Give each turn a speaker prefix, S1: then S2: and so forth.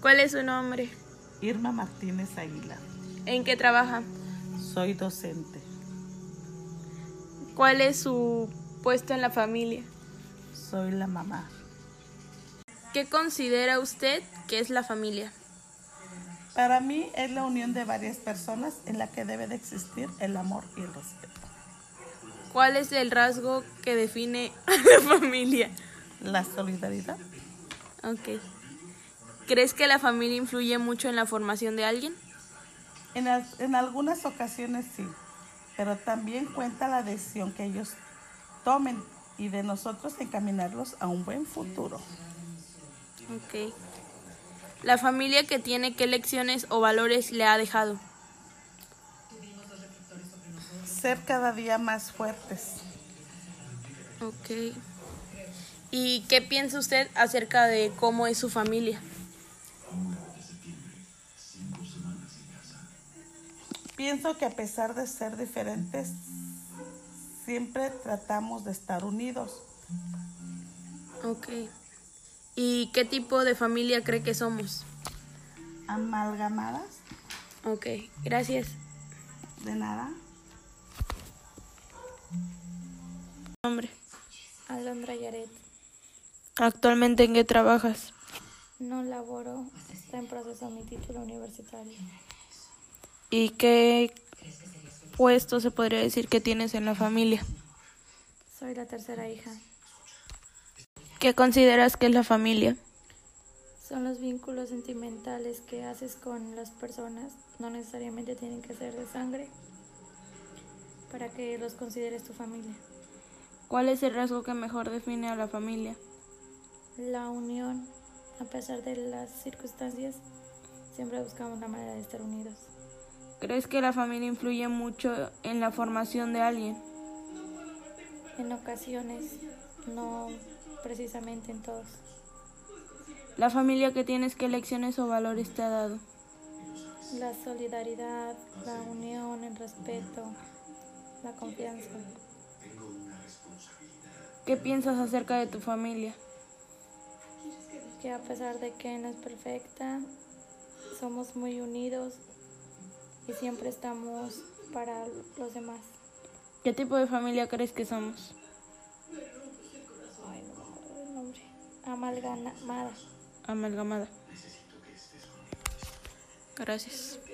S1: ¿Cuál es su nombre?
S2: Irma Martínez Águila.
S1: ¿En qué trabaja?
S2: Soy docente.
S1: ¿Cuál es su puesto en la familia?
S2: Soy la mamá.
S1: ¿Qué considera usted que es la familia?
S2: Para mí es la unión de varias personas en la que debe de existir el amor y el respeto.
S1: ¿Cuál es el rasgo que define a la familia?
S2: La solidaridad.
S1: Ok. ¿Crees que la familia influye mucho en la formación de alguien?
S2: En, as- en algunas ocasiones sí, pero también cuenta la decisión que ellos tomen y de nosotros encaminarlos a un buen futuro.
S1: Ok. ¿La familia que tiene qué lecciones o valores le ha dejado?
S2: Ser cada día más fuertes.
S1: Ok. ¿Y qué piensa usted acerca de cómo es su familia?
S2: Pienso que a pesar de ser diferentes, siempre tratamos de estar unidos.
S1: Ok. ¿Y qué tipo de familia cree que somos?
S2: Amalgamadas,
S1: Ok, gracias.
S2: de nada.
S1: Nombre.
S3: Alondra Yaret.
S1: ¿Actualmente en qué trabajas?
S3: No laboro, está en proceso mi título universitario.
S1: ¿Y qué puesto se podría decir que tienes en la familia?
S3: Soy la tercera hija.
S1: ¿Qué consideras que es la familia?
S3: Son los vínculos sentimentales que haces con las personas, no necesariamente tienen que ser de sangre, para que los consideres tu familia.
S1: ¿Cuál es el rasgo que mejor define a la familia?
S3: La unión, a pesar de las circunstancias, siempre buscamos la manera de estar unidos.
S1: ¿Crees que la familia influye mucho en la formación de alguien?
S3: En ocasiones, no precisamente en todos.
S1: ¿La familia que tienes qué lecciones o valores te ha dado?
S3: La solidaridad, la unión, el respeto, la confianza.
S1: ¿Qué piensas acerca de tu familia?
S3: Que a pesar de que no es perfecta, somos muy unidos y siempre estamos para los demás.
S1: ¿Qué tipo de familia crees que somos?
S3: Ay, no me acuerdo el nombre. Amalgamada.
S1: Amalgamada. Gracias.